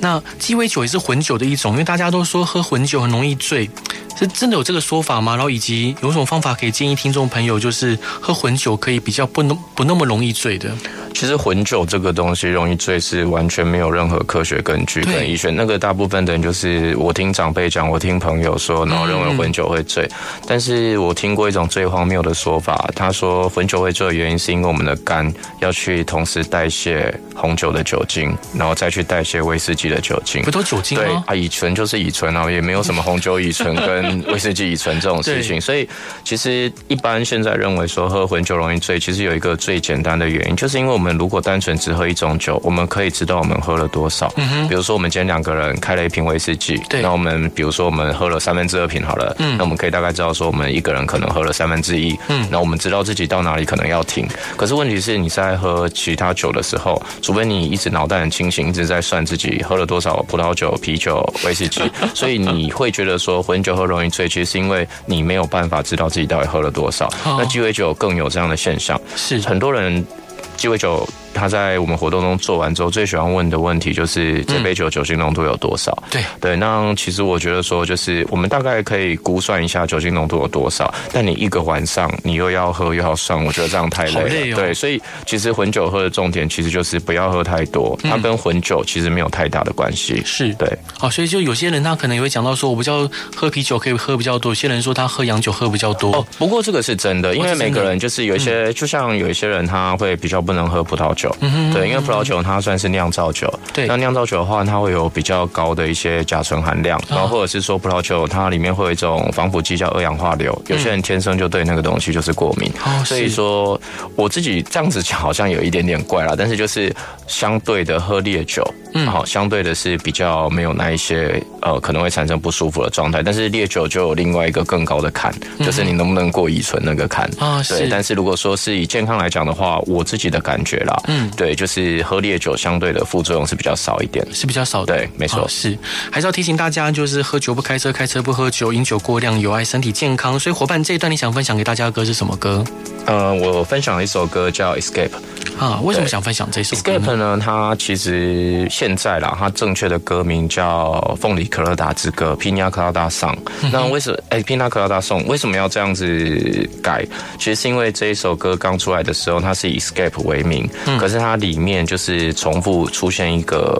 [SPEAKER 1] 那鸡尾酒也是混酒的一种，因为大家都说喝混酒很容易醉，是真的有这个说法吗？然后以及有什么方法可以建议听众朋友，就是喝混酒可以比较不那不那么容易醉的？
[SPEAKER 2] 其实混酒这个东西容易醉是完全没有任何科学根据
[SPEAKER 1] 对
[SPEAKER 2] 跟医学，那个大部分的人就是我听长辈讲，我听朋友说，然后认为混酒会醉。但是我听过一种最荒谬的说法，他说混酒会醉的原因是因为我们的肝要去同时代谢红酒的酒精，然后再去代谢威士忌的酒精
[SPEAKER 1] 不。都酒精
[SPEAKER 2] 对
[SPEAKER 1] 吗？
[SPEAKER 2] 啊，乙醇就是乙醇啊，也没有什么红酒乙醇 跟威士忌乙醇这种事情。所以其实一般现在认为说喝混酒容易醉，其实有一个最简单的原因，就是因为我们如果单纯只喝一种酒，我们可以知道我们喝了多少。比如说我们今天两个人开了一瓶威士忌，
[SPEAKER 1] 嗯对
[SPEAKER 2] 那我们比如说我们喝了三分之二瓶好了，那我们可以大概知道说我们一个人可能喝了三分之一，嗯，那我们知道自己到哪里可能要停。可是问题是你在喝其他酒的时候，除非你一直脑袋很清醒，一直在算自己喝了多少葡萄酒、啤酒、威士忌，所以你会觉得说混酒喝容易醉，其实是因为你没有办法知道自己到底喝了多少。
[SPEAKER 1] 哦
[SPEAKER 2] 那鸡尾酒更有这样的现象，
[SPEAKER 1] 是
[SPEAKER 2] 很多人鸡尾酒，他在我们活动中做完之后，最喜欢问的问题就是这杯酒酒精浓度有多少？
[SPEAKER 1] 嗯对
[SPEAKER 2] 对，那其实我觉得说，就是我们大概可以估算一下酒精浓度有多少，但你一个晚上你又要喝又要算，我觉得这样太累
[SPEAKER 1] 好
[SPEAKER 2] 了。
[SPEAKER 1] 累哦
[SPEAKER 2] 对，所以其实混酒喝的重点其实就是不要喝太多，
[SPEAKER 1] 嗯
[SPEAKER 2] 它跟混酒其实没有太大的关系。
[SPEAKER 1] 是。
[SPEAKER 2] 对，
[SPEAKER 1] 哦，所以就有些人他可能也会讲到说，我比较喝啤酒可以喝比较多，有些人说他喝洋酒喝比较多。
[SPEAKER 2] 哦，不过这个是真的，因为
[SPEAKER 1] 是真的嗯
[SPEAKER 2] 每个人就是有一些，就像有一些人他会比较不能喝葡萄酒，对，因为葡萄酒它算是酿造酒，
[SPEAKER 1] 嗯对
[SPEAKER 2] 那酿造酒的话，它会有比较高的一些甲醇含量，
[SPEAKER 1] 啊
[SPEAKER 2] 然后或者是说葡萄酒它里面会有一种防腐剂叫二氧化硫，有些人天生就对那个东西就是过敏，
[SPEAKER 1] 哦
[SPEAKER 2] 所以
[SPEAKER 1] 是
[SPEAKER 2] 说我自己这样子讲好像有一点点怪啦，但是就是相对的喝烈酒，嗯，好，相对的是比较没有那一些呃可能会产生不舒服的状态，但是烈酒就有另外一个更高的坎，就是你能不能过乙醇那个坎
[SPEAKER 1] 嗯啊是
[SPEAKER 2] 对，但是如果说是以健康来讲的话，我自己的感觉啦，嗯，对，就是喝烈酒相对的副作用是比较少一点。
[SPEAKER 1] 是比较少的，
[SPEAKER 2] 对没错
[SPEAKER 1] 哦是还是要提醒大家，就是喝酒不开车，开车不喝酒，饮酒过量有害身体健康。所以伙伴，这一段你想分享给大家的歌是什么歌
[SPEAKER 2] 呃，我分享了一首歌叫《Escape》。
[SPEAKER 1] 啊？为什么
[SPEAKER 2] 对
[SPEAKER 1] 想分享这首歌呢
[SPEAKER 2] Escape 呢，它其实现在啦，它正确的歌名叫《凤梨可乐达之歌》（Pina Colada Song）。那为什么？哎、p i n a Colada Song 为什么要这样子改？其实是因为这一首歌刚出来的时候，它是以 Escape 为名，可是它里面就是重复出现一个。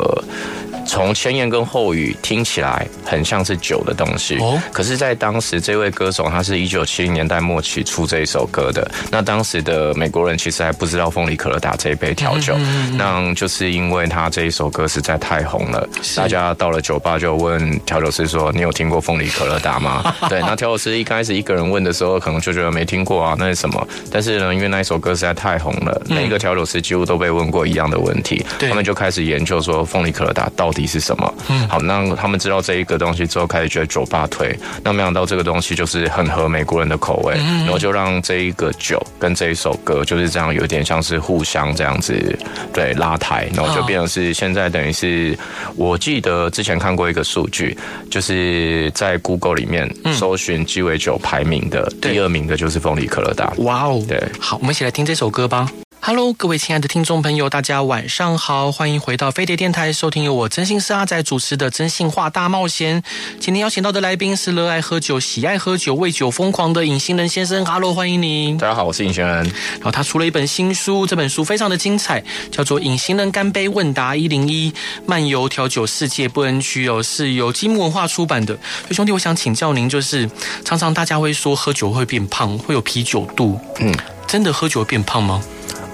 [SPEAKER 2] 从前言跟后语听起来很像是酒的东西，
[SPEAKER 1] 哦
[SPEAKER 2] 可是，在当时这位歌手他是一九七零年代末期出这一首歌的，那当时的美国人其实还不知道凤梨可乐达这一杯调酒，那就是因为他这一首歌实在太红了，大家到了酒吧就问调酒师说：“你有听过凤梨可乐达吗？”对，那调酒师一开始一个人问的时候，可能就觉得没听过啊，那是什么？但是呢，因为那一首歌实在太红了，每一个调酒师几乎都被问过一样的问题，
[SPEAKER 1] 对
[SPEAKER 2] 他们就开始研究说凤梨可乐达到底是什么。好，那他们知道这一个东西之后，开始觉得酒吧推。那没想到这个东西就是很合美国人的口味，然后就让这一个酒跟这一首歌就是这样，有点像是互相这样子对拉抬，然后就变成是现在等于是，我记得之前看过一个数据，就是在 Google 里面搜寻鸡尾酒排名的
[SPEAKER 1] 对
[SPEAKER 2] 第二名的就是凤梨可乐达。
[SPEAKER 1] 哇哦，
[SPEAKER 2] 对
[SPEAKER 1] 好，我们一起来听这首歌吧。Hello，各位亲爱的听众朋友，大家晚上好，欢迎回到飞碟电台，收听由我真心是阿仔主持的《真心话大冒险》。今天邀请到的来宾是热爱喝酒、喜爱喝酒、为酒疯狂的隐形人先生。Hello，欢迎您。
[SPEAKER 2] 大家好，我是尹轩恩。
[SPEAKER 1] 然后他出了一本新书，这本书非常的精彩，叫做《隐形人干杯问答一零一漫游调酒世界不 N 区》哦，是由积木文化出版的。所以兄弟，我想请教您，就是常常大家会说喝酒会变胖，会有啤酒肚，嗯，真的喝酒会变胖吗？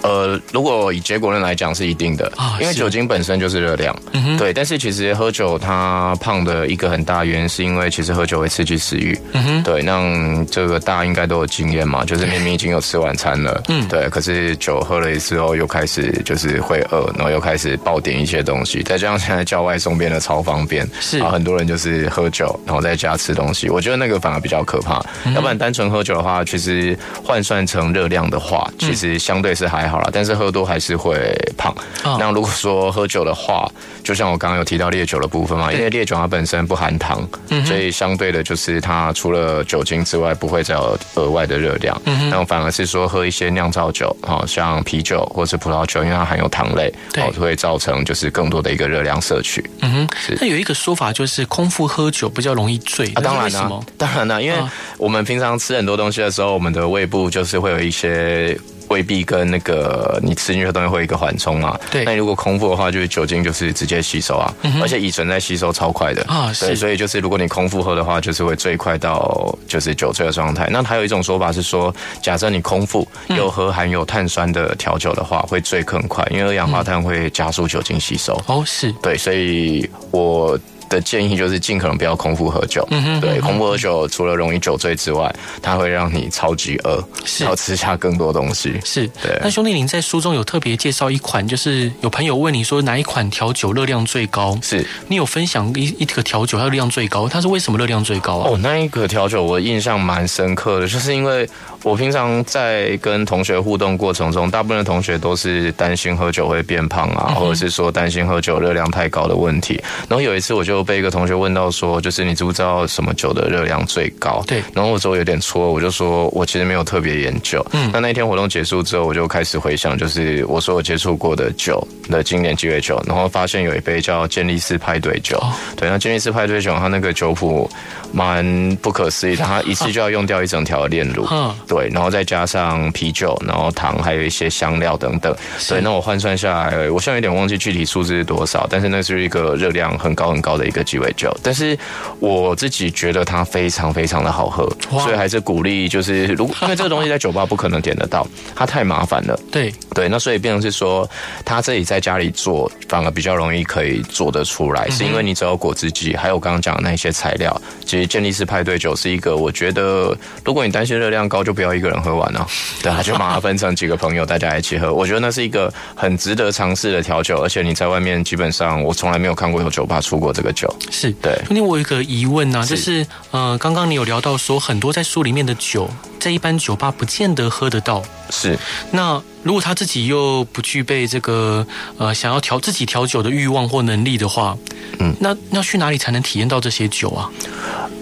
[SPEAKER 2] 呃，如果以结果论来讲是一定的，
[SPEAKER 1] 啊
[SPEAKER 2] 因为
[SPEAKER 1] 是嗯
[SPEAKER 2] 酒精本身就是热量，对。但是其实喝酒它胖的一个很大原因，是因为其实喝酒会刺激食欲，
[SPEAKER 1] 嗯
[SPEAKER 2] 对。那这个大家应该都有经验嘛，就是明明已经有吃晚 餐了，
[SPEAKER 1] 嗯
[SPEAKER 2] 对，可是酒喝了之后又开始就是会饿，然后又开始爆点一些东西，再加上现在叫外送变得超方便，
[SPEAKER 1] 是
[SPEAKER 2] 啊，很多人就是喝酒，然后在家吃东西，我觉得那个反而比较可怕。
[SPEAKER 1] 嗯
[SPEAKER 2] 要不然单纯喝酒的话，其实换算成热量的话，
[SPEAKER 1] 嗯
[SPEAKER 2] 其实相对是还好啦，但是喝多还是会胖。
[SPEAKER 1] 哦
[SPEAKER 2] 那如果说喝酒的话，就像我刚刚有提到烈酒的部分嘛，因为烈酒它本身不含糖，
[SPEAKER 1] 嗯
[SPEAKER 2] 所以相对的就是它除了酒精之外，不会再有额外的热量。
[SPEAKER 1] 嗯
[SPEAKER 2] 那反而是说喝一些酿造酒，好、像啤酒或是葡萄酒，因为它含有糖类，
[SPEAKER 1] 对
[SPEAKER 2] 哦会造成就是更多的一个热量摄取。
[SPEAKER 1] 嗯哼
[SPEAKER 2] 是，
[SPEAKER 1] 那有一个说法就是空腹喝酒比较容易醉，
[SPEAKER 2] 啊，
[SPEAKER 1] 那
[SPEAKER 2] 当
[SPEAKER 1] 是
[SPEAKER 2] 然
[SPEAKER 1] 为
[SPEAKER 2] 啦、
[SPEAKER 1] 什么？
[SPEAKER 2] 当然啦、因为
[SPEAKER 1] 啊
[SPEAKER 2] 我们平常吃很多东西的时候，我们的胃部就是会有一些胃壁跟那个你吃进去的东西会有一个缓冲嘛。
[SPEAKER 1] 对嗯
[SPEAKER 2] 那你如果空腹的话，就是酒精就是直接吸收啊，而且乙醇在吸收超快的
[SPEAKER 1] 啊是
[SPEAKER 2] 对，所以就是如果你空腹喝的话，就是会最快到就是酒醉的状态。那还有一种说法是说，假设你空腹
[SPEAKER 1] 嗯
[SPEAKER 2] 又喝含有碳酸的调酒的话，会醉更快，因为二氧化碳会加速酒精吸收。
[SPEAKER 1] 哦，是
[SPEAKER 2] 对，所以我的建议就是尽可能不要空腹喝酒。
[SPEAKER 1] 嗯哼
[SPEAKER 2] 对，空腹喝酒除了容易酒醉之外，它会让你超级饿，
[SPEAKER 1] 是
[SPEAKER 2] 然后吃下更多东西。
[SPEAKER 1] 是
[SPEAKER 2] 对。
[SPEAKER 1] 那兄弟，您在书中有特别介绍一款，就是有朋友问你说哪一款调酒热量最高？
[SPEAKER 2] 是
[SPEAKER 1] 你有分享一一个调酒它的热量最高，它是为什么热量最高啊？
[SPEAKER 2] 哦，那一个调酒我印象蛮深刻的，就是因为我平常在跟同学互动过程中，大部分的同学都是担心喝酒会变胖啊，
[SPEAKER 1] 嗯
[SPEAKER 2] 或者是说担心喝酒热量太高的问题。然后有一次我就被一个同学问到说，就是你知不知道什么酒的热量最高？
[SPEAKER 1] 对
[SPEAKER 2] 然后我说有点错，我就说我其实没有特别研究。嗯，那那一天活动结束之后，我就开始回想，就是我所有接触过的酒的经典鸡尾酒，然后发现有一杯叫健力士派对酒。对，那健力士派对酒它那个酒谱蛮不可思议的，它一次就要用掉一整条的炼乳。
[SPEAKER 1] 嗯
[SPEAKER 2] 对，然后再加上啤酒，然后糖，还有一些香料等等。对，那我换算下来，我现在有点忘记具体数字是多少，但是那是一个热量很高很高的一个鸡尾酒。但是我自己觉得它非常非常的好喝，
[SPEAKER 1] 哇
[SPEAKER 2] 所以还是鼓励，就是如果因为这个东西在酒吧不可能点得到，它太麻烦了。
[SPEAKER 1] 对，
[SPEAKER 2] 对，那所以变成是说，他自己在家里做，反而比较容易可以做得出来，是因为你只有果汁机，还有刚刚讲的那一些材料。其实健力士派对酒是一个，我觉得如果你担心热量高，就不要一个人喝完了、对啊，就把它分成几个朋友，大家一起喝。我觉得那是一个很值得尝试的调酒，而且你在外面基本上我从来没有看过有酒吧出过这个酒。
[SPEAKER 1] 是
[SPEAKER 2] 对
[SPEAKER 1] 兄弟，我有一个疑问呢、就是是呃，刚刚你有聊到说很多在书里面的酒，在一般酒吧不见得喝得到。
[SPEAKER 2] 是，
[SPEAKER 1] 那如果他自己又不具备这个呃想要调自己调酒的欲望或能力的话，嗯，那那去哪里才能体验到这些酒啊？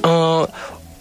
[SPEAKER 2] 呃，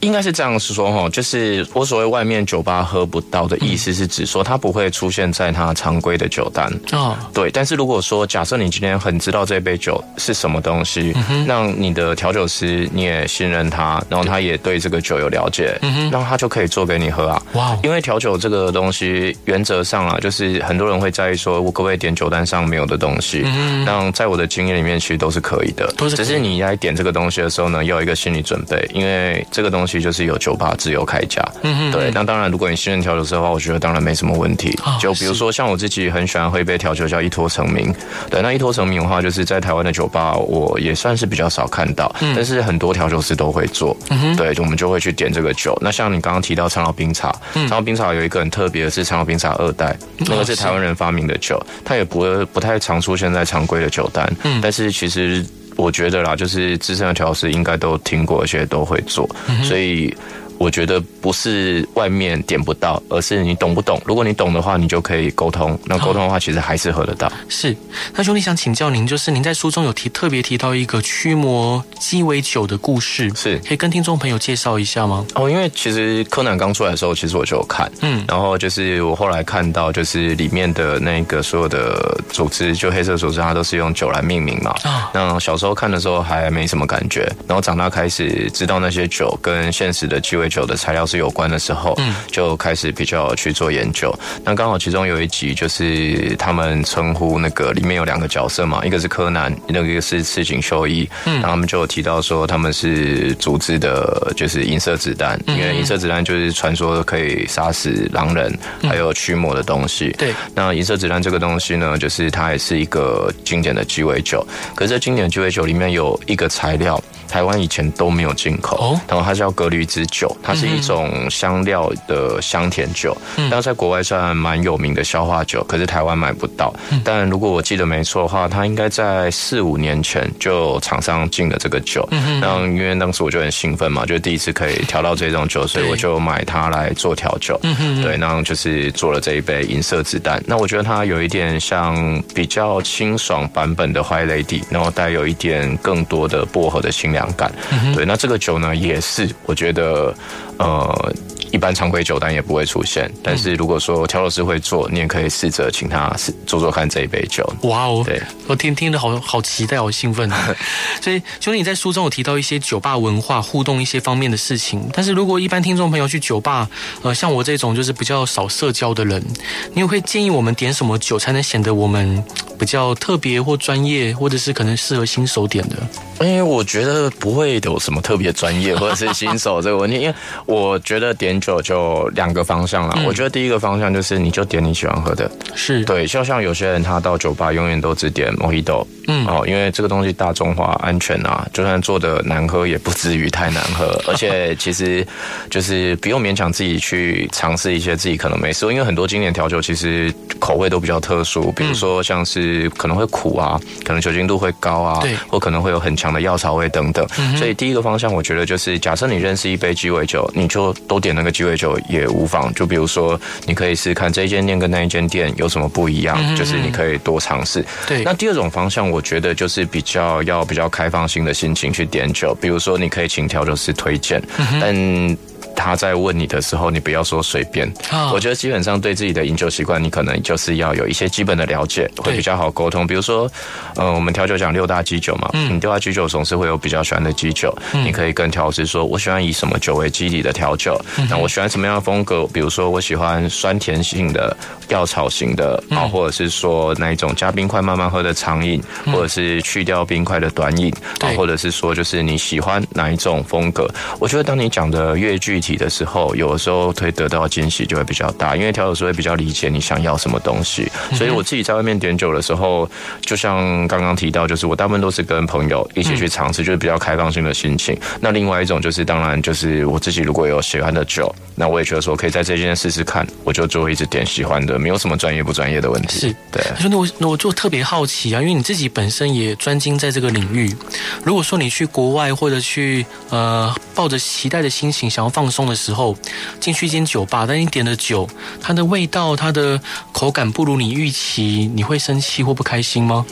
[SPEAKER 2] 应该是这样说哈，就是我所谓外面酒吧喝不到的意思，是指说它不会出现在它常规的酒单。
[SPEAKER 1] 啊，
[SPEAKER 2] 对，但是如果说假设你今天很知道这杯酒是什么东西，
[SPEAKER 1] 嗯
[SPEAKER 2] 让你的调酒师你也信任他，然后他也对这个酒有了解，
[SPEAKER 1] 嗯
[SPEAKER 2] 那他就可以做给你喝啊。
[SPEAKER 1] 哇哦，
[SPEAKER 2] 因为调酒这个东西，原则上啊，就是很多人会在意说，我可不可以点酒单上没有的东西？那在我的经验里面，其实都是可以的，
[SPEAKER 1] 嗯都是可以
[SPEAKER 2] 只是你来点这个东西的时候呢，要有一个心理准备，因为这个东西就是有酒吧自由开价。
[SPEAKER 1] 嗯
[SPEAKER 2] 对，那当然，如果你信任调酒师的话，我觉得当然没什么问题。
[SPEAKER 1] 啊
[SPEAKER 2] 就比如
[SPEAKER 1] 是
[SPEAKER 2] 说像我自己很喜欢喝一杯调酒叫一脱成名，对，那一脱成名的话，就是在台湾的酒吧，我也算是比较少看到，但是很多调酒师都会做，对，我们就会去点这个酒。那像你刚刚提到长岛冰茶，长岛冰茶有一个很特别的是长岛冰茶二代，那个是台湾人发明的酒，它也不会不太常出现在常规的酒单，但是其实。我觉得啦，就是资深的调酒师应该都听过，而且都会做，所以我觉得不是外面点不到，而是你懂不懂。如果你懂的话，你就可以沟通。那沟通的话，其实还是喝得到。
[SPEAKER 1] 是。那兄弟想请教您，就是您在书中有提特别提到一个驱魔鸡尾酒的故事，
[SPEAKER 2] 是
[SPEAKER 1] 可以跟听众朋友介绍一下吗？
[SPEAKER 2] 哦，因为其实柯南刚出来的时候，其实我就有看，
[SPEAKER 1] 嗯
[SPEAKER 2] 嗯，然后就是我后来看到，就是里面的那个所有的组织，就黑色组织，它都是用酒来命名嘛。
[SPEAKER 1] 啊
[SPEAKER 2] 那小时候看的时候还没什么感觉，然后长大开始知道那些酒跟现实的鸡尾酒的材料是有关的时候，嗯，就开始比较去做研究。那刚好其中有一集就是他们称呼那个里面有两个角色嘛，一个是柯南，那个是赤井秀一，嗯，然后他们就有提到说他们是组织的，就是银色子弹，因为银色子弹就是传说可以杀死狼人还有驱魔的东西，
[SPEAKER 1] 对
[SPEAKER 2] 那银色子弹这个东西呢，就是它也是一个经典的鸡尾酒，可是这经典的鸡尾酒里面有一个材料，台湾以前都没有进口，
[SPEAKER 1] 哦
[SPEAKER 2] 然后它叫格驴子酒，它是一种香料的香甜酒，那、在国外算蛮有名的消化酒，可是台湾买不到。但如果我记得没错的话，它应该在四五年前就厂商进了这个酒，那、因为当时我就很兴奋嘛，就第一次可以调到这种酒，所以
[SPEAKER 1] 对嗯
[SPEAKER 2] 我就买它来做调酒，对，然后就是做了这一杯银色子弹。那我觉得它有一点像比较清爽版本的坏 Lady，然后带有一点更多的薄荷的清凉感。
[SPEAKER 1] 嗯
[SPEAKER 2] 对，那这个酒呢也是，我觉得呃，一般常规酒单也不会出现，但是如果说调酒师会做，你也可以试着请他试做做看这一杯酒。
[SPEAKER 1] 哇哦！
[SPEAKER 2] 对，
[SPEAKER 1] 我听听的好好期待，好兴奋。啊 所以，兄弟，你在书中有提到一些酒吧文化互动一些方面的事情，但是如果一般听众朋友去酒吧，呃，像我这种就是比较少社交的人，你会建议我们点什么酒才能显得我们比较特别或专业，或者是可能适合新手点的？
[SPEAKER 2] 因为我觉得不会有什么特别专业或者是新手这个问题，因为我觉得点酒就两个方向啦。
[SPEAKER 1] 嗯
[SPEAKER 2] 我觉得第一个方向就是你就点你喜欢喝的，
[SPEAKER 1] 是，
[SPEAKER 2] 对，就像有些人他到酒吧永远都只点 Mojito，
[SPEAKER 1] 嗯
[SPEAKER 2] 哦，因为这个东西大众化、安全啊，就算做的难喝也不至于太难喝，而且其实就是不用勉强自己去尝试一些自己可能没试过，因为很多经典调酒其实口味都比较特殊，比如说像是可能会苦啊，可能酒精度会高啊，
[SPEAKER 1] 对
[SPEAKER 2] 或可能会有很强的药草味等等。所以第一个方向，我觉得就是假设你认识一杯鸡尾酒，你就都点那个鸡尾酒也无妨。就比如说，你可以试试看这一间店跟那一间店有什么不一样，就是你可以多尝试。
[SPEAKER 1] 对
[SPEAKER 2] 那第二种方向，我觉得就是比较要比较开放性的心情去点酒，比如说你可以请调酒师推荐，但。他在问你的时候，你不要说随便。
[SPEAKER 1] 啊
[SPEAKER 2] 我觉得基本上对自己的饮酒习惯，你可能就是要有一些基本的了解，会
[SPEAKER 1] 对
[SPEAKER 2] 比较好沟通。比如说，呃，我们调酒讲六大基酒嘛，
[SPEAKER 1] 嗯
[SPEAKER 2] 你六大基酒总是会有比较喜欢的基酒，你可以跟调酒师说，我喜欢以什么酒为基底的调酒，
[SPEAKER 1] 嗯
[SPEAKER 2] 那我喜欢什么样的风格？比如说，我喜欢酸甜性的、
[SPEAKER 1] 嗯
[SPEAKER 2] 药草型的，啊，或者是说那一种加冰块慢慢喝的长饮，或者是去掉冰块的短饮，啊
[SPEAKER 1] 嗯对，
[SPEAKER 2] 或者是说就是你喜欢哪一种风格？我觉得当你讲的越具体的时候，有的时候会得到惊喜就会比较大，因为调酒师会比较理解你想要什么东西。所以我自己在外面点酒的时候，就像刚刚提到，就是我大部分都是跟朋友一起去尝试，就是比较开放性的心情。那另外一种就是，当然就是我自己如果有喜欢的酒，那我也觉得说可以在这件试试看，我就就会一直点喜欢的，没有什么专业不专业的问题。
[SPEAKER 1] 是
[SPEAKER 2] 对。
[SPEAKER 1] 他说：“那我那我就特别好奇啊，因为你自己本身也专精在这个领域。如果说你去国外或者去呃抱着期待的心情想要放松的时候，进去一间酒吧，但你点的酒，它的味道、它的口感不如你预期，你会生气或不开心吗？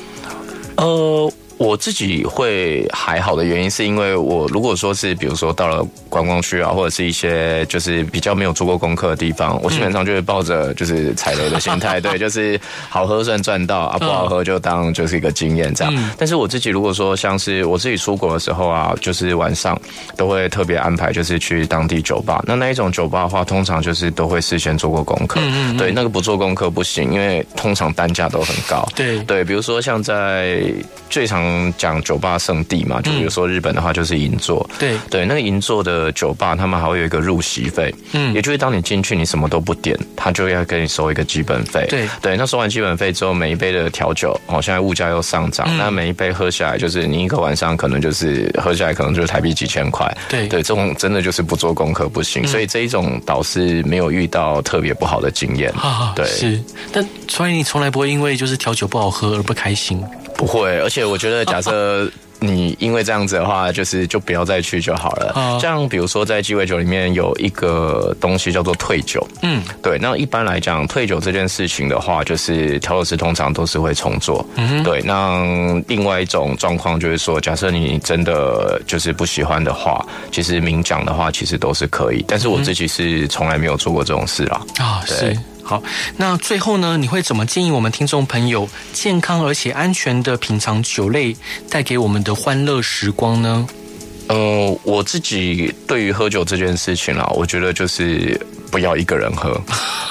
[SPEAKER 2] 呃，我自己会还好的原因，是因为我如果说是比如说到了观光区啊，或者是一些就是比较没有做过功课的地方，我基本上就会抱着就是踩雷的心态，对，就是好喝算赚到啊，不好喝就当就是一个经验这样。但是我自己如果说像是我自己出国的时候啊，就是晚上都会特别安排就是去当地酒吧，那那一种酒吧的话，通常就是都会事先做过功课，对，那个不做功课不行，因为通常单价都很高，
[SPEAKER 1] 对
[SPEAKER 2] 对，比如说像在最常讲酒吧圣地嘛，就比如说日本的话就是银座。
[SPEAKER 1] 对，
[SPEAKER 2] 对，那个银座的酒吧，他们还会有一个入席费，
[SPEAKER 1] 嗯
[SPEAKER 2] 嗯，也就是当你进去，你什么都不点，他就要给你收一个基本费，
[SPEAKER 1] 对
[SPEAKER 2] 对。那收完基本费之后，每一杯的调酒，哦，现在物价又上
[SPEAKER 1] 嗯
[SPEAKER 2] 涨，那每一杯喝下来，就是你一个晚上可能就是喝下来，可能就是台币几千块，
[SPEAKER 1] 对嗯
[SPEAKER 2] 对，这种真的就是不做功课不行，所以这一种倒是没有遇到特别不好的经验，
[SPEAKER 1] 啊，
[SPEAKER 2] 对，
[SPEAKER 1] 是。但所以你从来不会因为就是调酒不好喝而不开心。
[SPEAKER 2] 不会，而且我觉得，假设你因为这样子的话，就是就不要再去就好
[SPEAKER 1] 哦
[SPEAKER 2] 了。像比如说，在鸡尾酒里面有一个东西叫做退酒，
[SPEAKER 1] 嗯，
[SPEAKER 2] 对。那一般来讲，退酒这件事情的话，就是调酒师通常都是会重做。对。那另外一种状况就是说，假设你真的就是不喜欢的话，其实明讲的话其实都是可以。但是我自己是从来没有做过这种事啦。
[SPEAKER 1] 啊，
[SPEAKER 2] 对
[SPEAKER 1] 是。好，那最后呢，你会怎么建议我们听众朋友健康而且安全的品尝酒类，带给我们的欢乐时光呢？
[SPEAKER 2] 呃，我自己对于喝酒这件事情啦，我觉得就是不要一个人喝。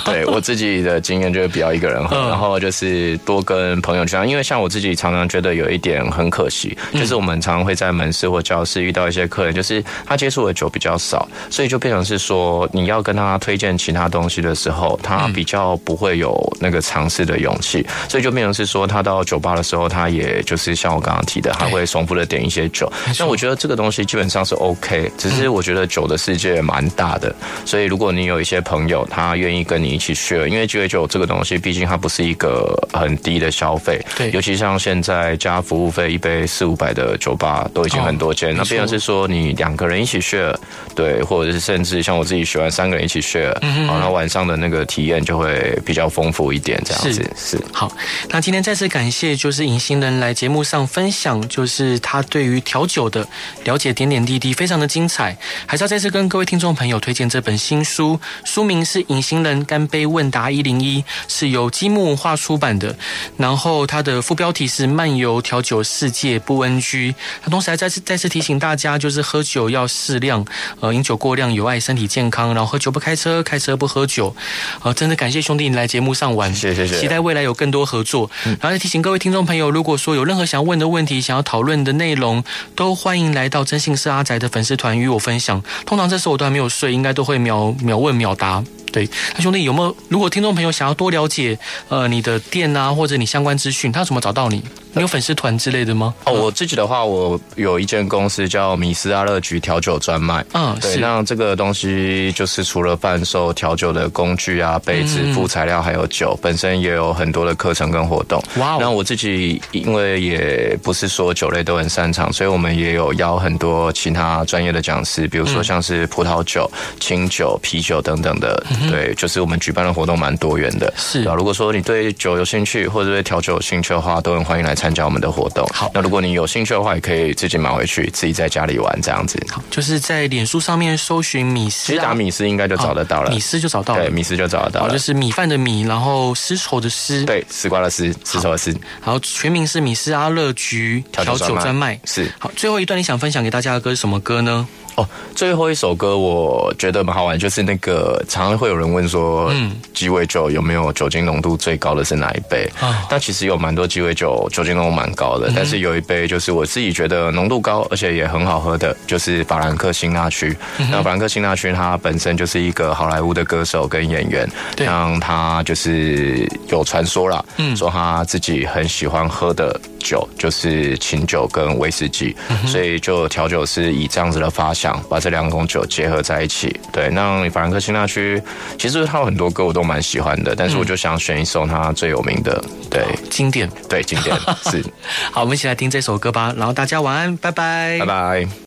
[SPEAKER 2] 对我自己的经验就是不要一个人喝，
[SPEAKER 1] 嗯
[SPEAKER 2] 然后就是多跟朋友去。因为像我自己常常觉得有一点很可惜，就是我们常常会在门市或教室遇到一些客人，就是他接触的酒比较少，所以就变成是说你要跟他推荐其他东西的时候，他比较不会有那个尝试的勇气，所以就变成是说他到酒吧的时候，他也就是像我刚刚提的，他
[SPEAKER 1] 对
[SPEAKER 2] 会重复的点一些酒
[SPEAKER 1] 没。错
[SPEAKER 2] 那我觉得这个东西基本上是 OK，只是我觉得酒的世界蛮大的，所以如果你有一些朋友他愿意跟你一起 share，因为鸡尾酒这个东西，毕竟它不是一个很低的消费，
[SPEAKER 1] 对
[SPEAKER 2] 尤其像现在加服务费一杯四五百的酒吧都已经很多间，
[SPEAKER 1] 哦
[SPEAKER 2] 那
[SPEAKER 1] 没错
[SPEAKER 2] 变成是说你两个人一起 share，对，或者是甚至像我自己喜欢三个人一起 share，好，
[SPEAKER 1] 嗯
[SPEAKER 2] 那晚上的那个体验就会比较丰富一点，这样子是
[SPEAKER 1] 好，那今天再次感谢就是隐形人来节目上分享，就是他对于调酒的了解点点滴滴，非常的精彩。还是要再次跟各位听众朋友推荐这本新书，书名是《隐形人干杯问答一零一》，是由积木文化出版的。然后它的副标题是“漫游调酒世界不温居”，那同时还再次再次提醒大家，就是喝酒要适量，呃，饮酒过量有害身体健康，然后喝酒不开车，开车不喝酒。呃，真的感谢兄弟你来节目上玩，
[SPEAKER 2] 谢谢谢谢
[SPEAKER 1] 期待。在未来有更多合作。
[SPEAKER 2] 嗯
[SPEAKER 1] 然后再提醒各位听众朋友，如果说有任何想要问的问题、想要讨论的内容，都欢迎来到真心是阿宅的粉丝团与我分享。通常这时候我都还没有睡，应该都会秒秒问秒答。对，那兄弟有没有？如果听众朋友想要多了解呃你的店啊，或者你相关资讯，他要怎么找到你？你有粉丝团之类的吗？
[SPEAKER 2] 哦，我自己的话，我有一间公司叫米斯阿乐局调酒专卖。
[SPEAKER 1] 嗯
[SPEAKER 2] 对，
[SPEAKER 1] 是
[SPEAKER 2] 那这个东西就是除了贩售调酒的工具啊、杯子、
[SPEAKER 1] 嗯
[SPEAKER 2] 副材料，还有酒，本身也有很多的课程跟活动。
[SPEAKER 1] 哇哦
[SPEAKER 2] 那我自己因为也不是说酒类都很擅长，所以我们也有邀很多其他专业的讲师，比如
[SPEAKER 1] 嗯
[SPEAKER 2] 说像是葡萄酒、清酒、啤酒等等的。对，就是我们举办的活动蛮多元的。
[SPEAKER 1] 嗯是
[SPEAKER 2] 对啊如果说你对酒有兴趣，或者对调酒有兴趣的话，都很欢迎来参加我们的活动。
[SPEAKER 1] 好
[SPEAKER 2] 那如果你有兴趣的话，也可以自己买回去，自己在家里玩这样子。
[SPEAKER 1] 就是在脸书上面搜寻米斯、啊
[SPEAKER 2] 其实打米斯应该就找得到了，
[SPEAKER 1] 哦米斯就找到了
[SPEAKER 2] 对，。米斯就找得到
[SPEAKER 1] 好，
[SPEAKER 2] 了。
[SPEAKER 1] 就是米饭的米，然后丝绸的丝，
[SPEAKER 2] 对，丝瓜的丝，丝绸的丝，
[SPEAKER 1] 然后全名是米斯阿乐局调酒专卖。
[SPEAKER 2] 是
[SPEAKER 1] 好，最后一段你想分享给大家的歌是什么歌呢？
[SPEAKER 2] 哦。最后一首歌我觉得蛮好玩，就是那个常常会有人问说，嗯，鸡尾酒有没有酒精浓度最高的是哪一杯？
[SPEAKER 1] 啊
[SPEAKER 2] 那其实有蛮多鸡尾酒酒精浓度蛮高的，但是有一杯就是我自己觉得浓度高，而且也很好喝的，就是法兰克辛纳区。那法兰克辛纳区它本身就是一个好莱坞的歌手跟演员，
[SPEAKER 1] 对
[SPEAKER 2] 让他就是有传说啦，说他自己很喜欢喝的酒就是琴酒跟威士忌，所以就调酒师以这样子的发想，把这两种酒结合在一起。对，那法兰克辛纳区其实他有很多歌我都蛮喜欢的，但是我就想选一首他最有名的，对。
[SPEAKER 1] 经典。
[SPEAKER 2] 对，经典是，
[SPEAKER 1] 好，我们一起来听这首歌吧。然后大家晚安，拜拜。
[SPEAKER 2] 拜拜。